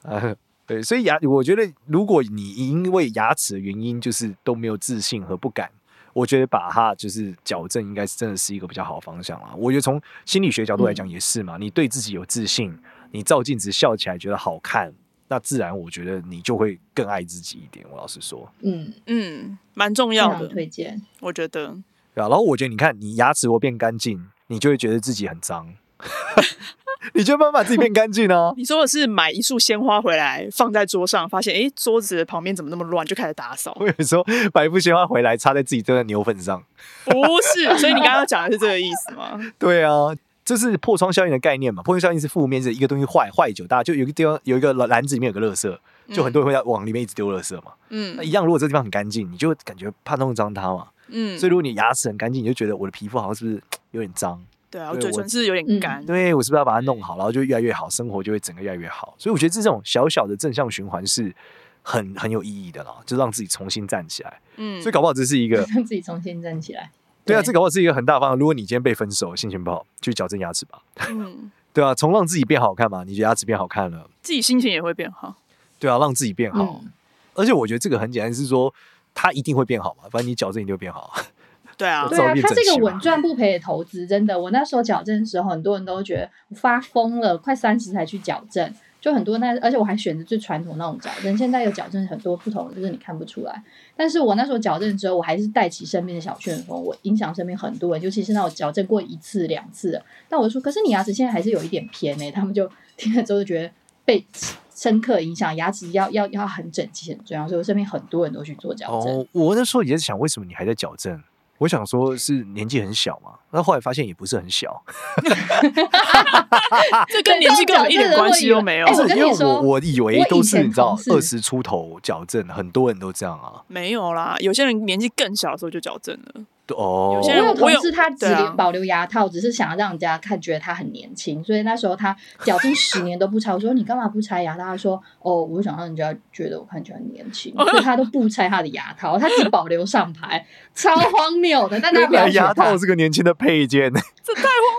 S6: 啊， (laughs) 对，所以牙，我觉得如果你因为牙齿的原因就是都没有自信和不敢，我觉得把它就是矫正，应该是真的是一个比较好的方向啦。我觉得从心理学角度来讲也是嘛，你对自己有自信，你照镜子笑起来觉得好看，那自然我觉得你就会更爱自己一点。我老实说，
S4: 嗯，
S5: 嗯，蛮重
S4: 非
S5: 要
S4: 常
S5: 的，
S4: 推荐。
S5: 我觉得。
S6: 对啊吧、然后我觉得你看，你牙齿我变干净，你就会觉得自己很脏。 (laughs) 你就慢慢把自己变干净啊！
S5: 你说的是买一束鲜花回来放在桌上，发现诶桌子旁边怎么那么乱，就开始打扫
S6: 我。有时候把一束鲜花回来插在自己这个牛粪上，
S5: 不是，所以你刚刚讲的是这个意思吗？
S6: 对啊，这是破窗效应的概念嘛？破窗效应是负面，是一个东西坏坏久，大家就有一个地方有一个篮子里面有个垃圾， (laughs) 就很多人哎会往里面一直丢垃圾嘛。那
S5: 嗯
S6: 一样，如果这地方很干净，你就感觉怕弄脏它嘛。
S5: 嗯
S6: 所以如果你牙齿很干净，你就觉得我的皮肤好像是不是有点脏？
S5: 对啊，
S6: 对
S5: 我嘴唇是有点干。
S6: 对我是不是要把它弄好，然后就越来越好，生活就会整个越来越好。所以我觉得这种小小的正向循环是很很有意义的啦，就让自己重新站起来。
S5: 嗯，
S6: 所以搞不好这是
S5: (laughs)
S6: 一个。
S4: (laughs) 让自己重新站起来。
S6: 对啊，这搞不好是一个很大方向。如果你今天被分手，心情不好，去矫正牙齿吧。
S5: 嗯，
S6: 对啊，从让自己变好看嘛，你觉得牙齿变好看了，
S5: 自己心情也会变好。
S6: 对啊，让自己变好。
S4: 嗯
S6: 而且我觉得这个很简单，是说它一定会变好嘛，反正你矫正一定会变好。
S5: 对啊，
S4: 对啊
S6: 造，业
S4: 它是一
S6: 整齐
S4: 个
S6: 嘛
S4: 稳赚不赔的投资，真的。我那时候矫正的时候，很多人都觉得我发疯了，快三十才去矫正，就很多那，而且我还选择最传统那种矫正。现在有矫正很多不同的，就是你看不出来。但是我那时候矫正之后，我还是带起身边的小旋风，我影响身边很多人，尤其是那种矫正过一次两次的。但我就说，可是你牙齿现在还是有一点偏呢、他们就 (laughs) 听了之后就觉得被深刻影响，牙齿要要要很整齐很重要，所以我身边很多人都去做矫正。
S6: 哦，我那时候也是想，为什么你还在矫正？我想说是年纪很小嘛，那后来发现也不是很小，
S5: 这跟年纪根本一点关系都没有
S4: 哎。
S6: 是
S4: 我跟
S6: 因
S4: 你
S6: 为
S4: 说
S6: 我我以为
S4: 我以
S6: 都是
S4: 前
S6: 你知道
S4: 同事
S6: 二十出头矫正，很多人都这样啊。
S5: 没有啦，有些人年纪更小的时候就矫正了。
S6: 哦，
S5: 有些
S4: 我
S5: 人
S4: 有
S5: 我
S4: 同
S5: 有
S4: 事他只
S5: 对啊
S4: 留保留牙套，只是想要让人家看觉得他很年轻，所以那时候他矫正十年都不拆。我说你干嘛不拆牙套？他说哦，我想让人家觉得我看起来很年轻，所以他都不拆他的牙套，他只保留上排，超荒谬的。但他
S6: 原
S4: 不要
S6: 来
S4: 学
S6: 牙
S4: 他
S6: 套是个年轻的配件，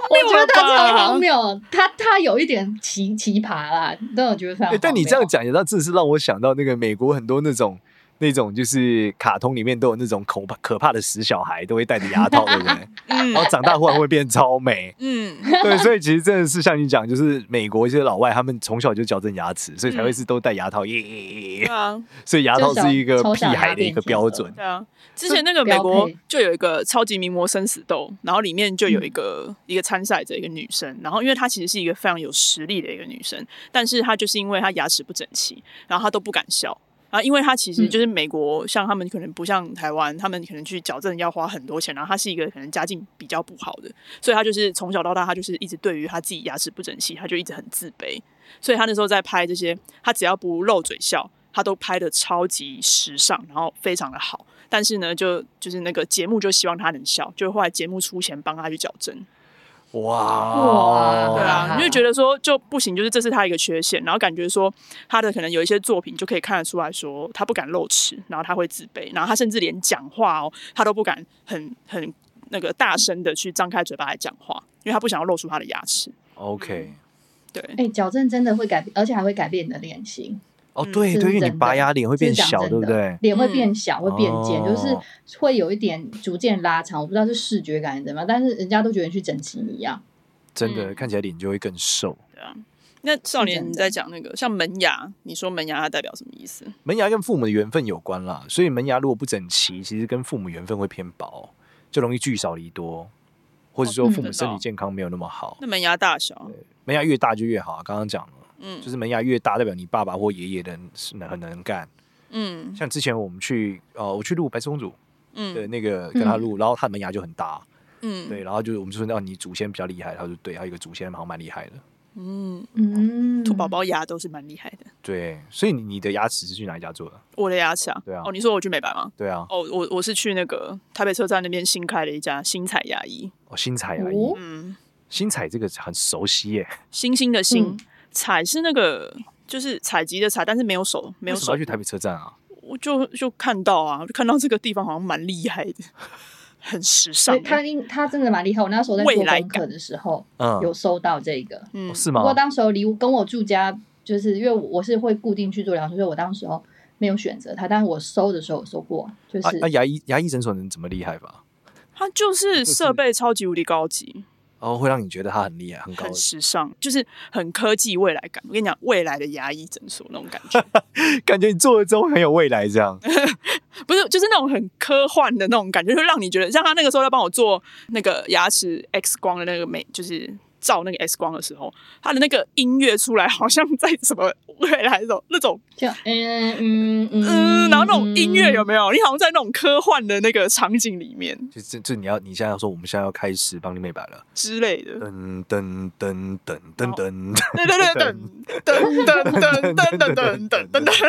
S4: 我觉得他超荒
S5: 谬了吧。
S4: 谬，他他有一点奇奇葩啦，但我觉得非常荒
S6: 欸
S4: 谬。
S6: 但你这样讲，那真的是让我想到那个美国很多那种那种就是卡通里面都有那种恐怕可怕的死小孩，都会戴着牙套，对不
S4: (laughs)
S6: 对？
S5: 嗯，
S6: 然后长大忽然会变超美
S5: 嗯，
S6: 对，所以其实真的是像你讲，就是美国一些老外他们从小就矫正牙齿，所以才会是都戴牙套，耶耶耶
S5: 对
S6: 耶！
S5: 啊，
S6: 所以牙套是一个
S4: 嗯就小
S6: 屁孩的一个标准。
S5: 对啊，之前那个美
S4: 标
S5: 国
S4: 配
S5: 就有一个超级名模生死斗，然后里面就有一个、一个参赛者，一个女生，然后因为她其实是一个非常有实力的一个女生，但是她就是因为她牙齿不整齐，然后她都不敢笑。然后因为她其实就是美国，像他们可能不像台湾，他们可能去矫正要花很多钱，然后她是一个可能家境比较不好的，所以她就是从小到大，她就是一直对于她自己牙齿不整齐，她就一直很自卑。所以他那时候在拍这些，他只要不露嘴笑，他都拍的超级时尚，然后非常的好。但是呢，就就是那个节目就希望他能笑，就后来节目出钱帮他去矫正。
S6: 哇，
S4: 哇
S5: 对啊，
S4: 哇
S5: 你就觉得说就不行，就是这是他一个缺陷，然后感觉说他的可能有一些作品就可以看得出来说他不敢露齿，然后他会自卑，然后他甚至连讲话哦，他都不敢很很那个大声的去张开嘴巴来讲话，因为他不想要露出他的牙齿。
S6: OK，
S5: 对，
S4: 哎、矫正真的会改变，而且还会改变你的脸型。
S6: 哦
S5: 嗯
S6: 对
S4: 这是
S6: 对，因为你
S4: 真的
S6: 拔牙脸会变
S4: 这是讲
S6: 小，
S4: 真
S6: 对不
S4: 的
S6: 对？
S4: 脸会变小，会变尖，
S6: 哦
S4: 就是会有一点逐渐拉长。我不知道是视觉感还是怎么样，但是人家都觉得你去整齐你一样。
S6: 真的
S5: 嗯
S6: 看起来脸就会更瘦。
S5: 那少
S4: 是
S5: 年
S4: 真
S5: 你
S4: 的
S5: 在讲那个像门牙，你说门牙它代表什么意思？
S6: 门牙跟父母的缘分有关啦，所以门牙如果不整齐，其实跟父母缘分会偏薄，就容易聚少离多，或者说父母身体健康没有那么好。
S5: 那门牙大小，啊
S6: 门牙越大就越好、啊，刚刚讲了，
S5: 嗯，
S6: 就是门牙越大，代表你爸爸或爷爷的是很能干。
S5: 嗯
S6: 像之前我们去呃，我去录白雪公主的
S5: 嗯
S6: 那个跟他录，然后他门牙就很大，
S5: 嗯，
S6: 对，然后就我们就说，哦，你祖先比较厉害，他说对，他有一个祖先好像蛮厉害的，
S5: 嗯，
S4: 嗯，
S5: 兔宝宝牙都是蛮厉害的。
S6: 对，所以你你的牙齿是去哪一家做的？
S5: 我的牙齿啊，
S6: 对啊
S5: 哦，你说我去美白吗？
S6: 对啊，
S5: 哦，我我是去那个台北车站那边新开了一家新彩牙医，
S6: 哦，新彩牙医，
S4: 哦
S5: 嗯，
S6: 新彩这个很熟悉耶，
S5: 星星的星
S4: 嗯，
S5: 采是那个就是采集的采，但是没有手，没有
S6: 为 (laughs) 什
S5: 手
S6: 么要去，台北车站啊？
S5: 我就就看到啊，就看到这个地方好像蛮厉害的，很时尚
S4: 所
S5: 欸
S4: 以。他应他真的蛮厉害。我那时候在做
S5: 未来
S4: 功课
S5: 感
S4: 的时候，
S6: 嗯，
S4: 有收到这个。
S5: 嗯
S6: 哦，是
S4: 不
S6: 吗？
S4: 过当时候离我跟我住家，就是因为我是会固定去做疗程，所以我当时候没有选择他。但是我搜的时候有搜过，就
S6: 啊
S4: 是
S6: 啊，牙医牙医诊所能怎么厉害吧？
S5: 它就是设备超级无敌高级，
S6: 然哦后会让你觉得他很厉害，很高
S5: 很时尚，就是很科技未来感。我跟你讲，未来的牙医诊所那种感觉，
S6: 感觉你做了之后很有未来这样。
S5: 不是，就是那种很科幻的那种感觉，就让你觉得，像他那个时候在帮我做那个牙齿 X 光的那个美，就是照那个 X 光的时候，他的那个音乐出来，好像在什么未来那种那种
S4: 就嗯嗯嗯
S5: 嗯，然后那种音乐有没
S4: 没
S5: 有？你好像在那种科幻的那个场景里面
S6: 就这这你要你现在要说我们现在要开始帮你美白了，
S5: 之类的。
S6: 噔噔噔噔噔
S5: 噔噔
S6: 噔，
S5: 噔噔噔噔噔噔噔噔
S6: 噔噔
S5: 噔
S6: 噔
S5: 噔
S6: 噔
S5: 噔，
S6: (laughs)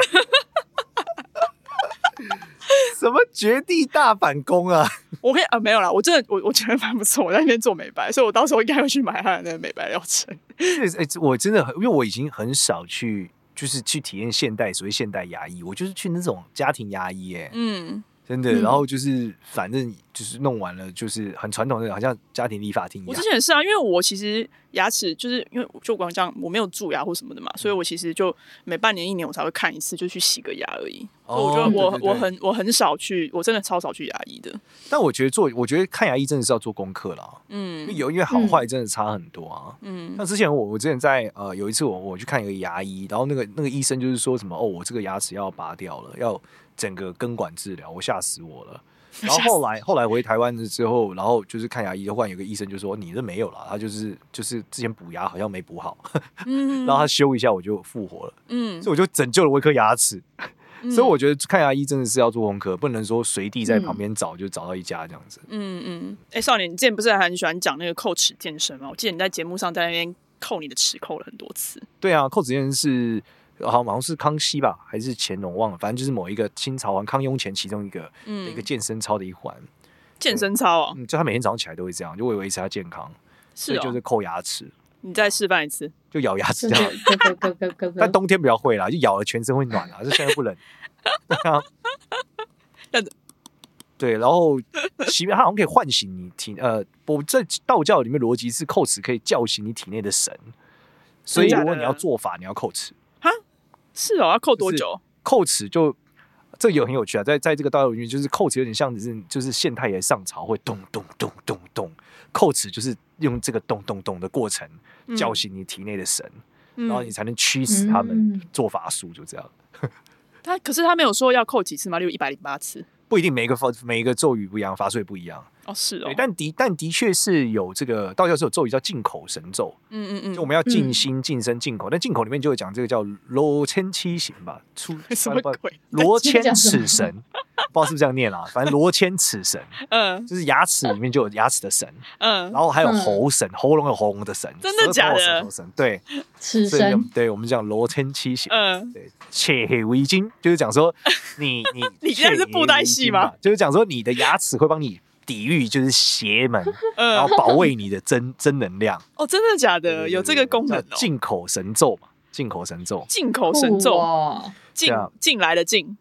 S6: 什么绝地大反攻啊？ (laughs)
S5: 我可以啊，没有啦，我真的我我觉得蛮不错，我在那边做美白，所以我到时候应该会去买他的那个美白疗程。
S6: 确实，哎，这我真的很，因为我已经很少去。就是去体验现代所谓现代牙医，我就是去那种家庭牙医、哎、
S5: 嗯
S6: 真的。然后就是反正就是弄完了，就是很传统的，好像家庭理发厅一
S5: 我
S6: 样
S5: 之。前也是啊，因为我其实牙齿就是因为我就光这样，我没有蛀牙或什么的嘛，
S6: 嗯
S5: 所以我其实就每半年一年我才会看一次，就去洗个牙而已。所以我觉得我
S6: 哦对对对
S5: 我很我很少去，我真的超少去牙医的。
S6: 但我觉得做，我觉得看牙医真的是要做功课啦，因为
S5: 嗯
S6: 有因为好坏真的差很多啊。
S5: 嗯
S6: 像之前我我之前在呃有一次我我去看一个牙医，然后那个那个医生就是说什么哦我这个牙齿要拔掉了，要整个根管治疗，我吓死我
S5: (laughs)
S6: 了。然后后来后来回台湾的之后，然后就是看牙医，忽然有个医生就说哦你这没有啦，他就是就是之前补牙好像没补好，
S5: 嗯
S6: (laughs) 然后他修一下我就复活了，
S5: 嗯
S6: 所以我就拯救了我一颗牙齿。
S5: 嗯
S6: 所以我觉得看牙医真的是要做功课，不能说随地在旁边找就找到一家这样子。
S5: 嗯嗯，哎、少年，你之前不是还很喜欢讲那个扣齿健身吗？我记得你在节目上在那边扣你的齿扣了很多次。
S6: 对啊，寇子健是好好像是康熙吧，还啊是乾隆忘了，反正就是某一个清朝王康雍乾其中一个、
S5: 嗯
S6: 一个健身操的一环。
S5: 健身操哦，
S6: 嗯，就他每天早上起来都会这样，就为维持他健康，所
S5: 是
S6: 以
S5: 哦，
S6: 就是抠牙齿，
S5: 你再示范一次，
S6: 就咬牙齿
S4: 就
S6: 这样。 (laughs)
S4: 是咯咯咯咯咯咯
S6: 但冬天比较会啦，就咬了全身会暖啊，这现在不冷。 (laughs) 对
S5: (laughs)
S6: 啊
S5: 那个，
S6: 对，然后其他好像可以唤醒你体呃，我在道教里面逻辑是叩齿可以叫醒你体内的神，所以
S5: 真的假
S6: 如
S5: 的
S6: 果你要做法，你要叩齿。
S5: 是哦，要扣多
S6: 就是
S5: 久？
S6: 叩齿就这有很有趣啊，在在这个道教里面，就是叩齿有点像是就是现太爷上朝会咚咚咚咚咚，叩齿就是用这个咚咚咚的过程
S5: 嗯
S6: 叫醒你体内的神，
S5: 嗯
S6: 然后你才能驱使他们
S4: 嗯
S6: 做法术，就这样。
S5: 嗯他可是他没有说要扣几次吗？例如一百零八次。
S6: 不一定每一个法每一个咒语不一样，法术也不一样。
S5: 哦，是哦
S6: 对，，但的但的确是有这个道教是有咒语叫进口神咒，
S5: 嗯嗯
S6: 就
S5: 嗯，
S6: 我们要静心、静身、进口。但进口里面就有讲这个叫罗千七行吧，出
S5: (laughs) (laughs) 什么鬼？
S6: (laughs) 罗千齿神，不知道是不是这样念啦、反正罗千齿神
S5: 嗯
S6: 就是牙齿里面就有牙齿的神，
S5: 嗯
S6: 然，后还有
S4: 嗯
S6: 喉神，喉咙有喉咙的神，
S5: 真的假的
S6: 舌头有舌头神对，
S4: 此
S6: 所以
S4: 生
S6: 就对我们讲罗千七行。
S5: 嗯，
S6: 对，切黑为金，就是讲说你
S5: (laughs)
S6: 你
S5: 你现在是布袋戏吗
S6: 窃黑为金嘛？就是讲说你的牙齿会帮你抵御就是邪
S5: (laughs)
S6: 门，然后
S5: 嗯，
S6: 保卫你的真真
S5: (laughs)
S6: 能量。
S5: 哦，真的假
S6: 对
S5: 的？
S6: 对
S5: 有这个功能
S6: 叫
S5: 哦。
S6: 进口神咒嘛？进口神咒
S5: 进口神咒，
S4: 哇哦
S5: 进
S6: 对啊
S5: 进来的进，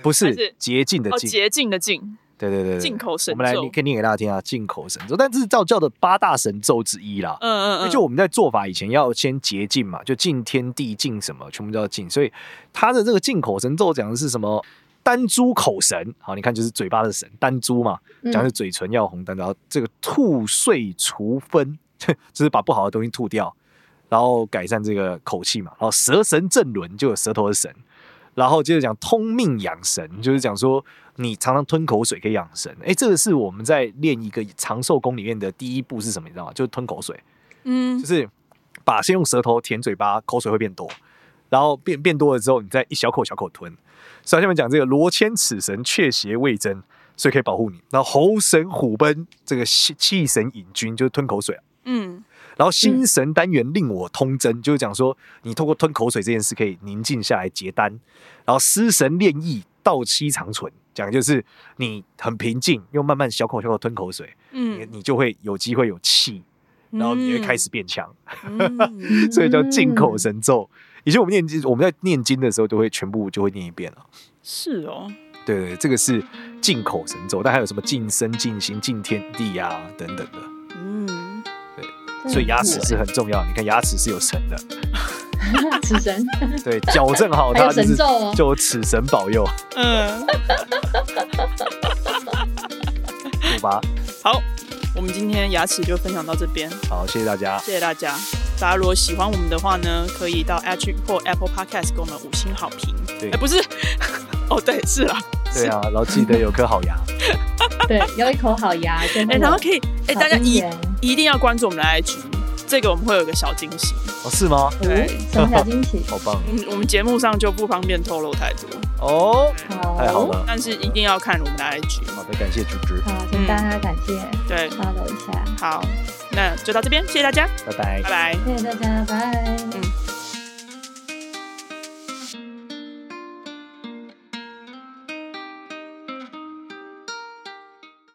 S6: 不
S5: 还
S6: 是
S5: 是
S6: 洁净的
S5: 哦，
S6: 净，
S5: 捷径的径，
S6: 对对对对，
S5: 进口神
S6: 我们来
S5: 咒
S6: 你可以念给大家听啊，进口神咒，但这是道教的八大神咒之一啦。
S5: 嗯嗯嗯，
S6: 哎就我们在做法以前要先洁净嘛，就净天地、净什么，全部都要净。所以他的这个净口神咒讲的是什么？丹珠口神，好，你看就是嘴巴的神，丹珠嘛，
S4: 嗯
S6: 讲的是嘴唇要红丹，然后这个吐碎除分，就是把不好的东西吐掉，然后改善这个口气嘛。然后舌神正轮就有舌头的神，然后接着讲通命养神，就是讲说你常常吞口水可以养神。哎，这个是我们在练一个长寿功里面的第一步是什么？你知道吗？就是吞口水。
S5: 嗯
S6: 就是把先用舌头舔嘴巴，口水会变多，然后变变多了之后，你再一小口小口吞。所以它下面讲这个罗千尺神确邪未真，所以可以保护你。然后猴神虎贲这个气气神引君就是吞口水啊，
S5: 嗯
S6: 然后心神单元令我通真，就是讲说你透过吞口水这件事可以宁静下来结丹。然后思神炼意道期长存，讲的就是你很平静，又慢慢小口小口吞口水，你
S5: 嗯，
S6: 你就会有机会有气，然后你会开始变强。
S5: 嗯，
S4: (laughs)
S6: 所以叫进口神咒。以前我们念经，我们在念经的时候都会全部就会念一遍了。
S5: 是哦，
S6: 对对，对这个是进口神咒，但还有什么净身、净心、净天地啊等等的。
S5: 嗯，
S6: 所以牙齿是很重要，你看牙齿是
S4: (laughs)
S6: 有神的，
S4: 此生
S6: 对，矫正好
S4: 还
S6: 它
S4: 有
S6: 就
S4: 神
S6: 是
S4: 咒哦
S6: 就有此神保佑，
S5: 嗯，
S6: 好吧？
S5: 好，我们今天牙齿就分享到这边，
S6: 好，谢谢大
S4: (laughs)
S6: 家。
S5: 谢谢大家。大家如果喜欢我们的话呢，可以到 a t r i c 或 Apple Podcast 给我们五星好评。
S6: 对
S5: 哎不是， (laughs) 哦，对，是啦，
S6: 对啊，然后记得有颗好牙。
S4: 对，有一口好牙，真的
S5: 哎，然后可以，哎，
S4: 好
S5: 大家
S4: 姻
S5: 一
S4: 缘
S5: 一定要关注我们的 IG，这个我们会有个小惊喜。
S6: 哦，是吗？
S5: 对
S4: 哦什么小惊
S5: (laughs)
S4: 喜？
S6: 好棒
S5: 嗯，我们节目上就不方便透露太多，
S6: 哦，
S4: 好，
S6: 太好了。
S5: 但是一定要看我们的 IG。
S6: 好的，感谢竹竹，
S4: 好，请大家感谢
S5: 对，
S4: follow 一下，
S5: 好，那就到这边，谢谢大家，
S6: 拜
S5: 拜。
S6: 拜
S5: 拜。
S4: 谢谢大家，拜。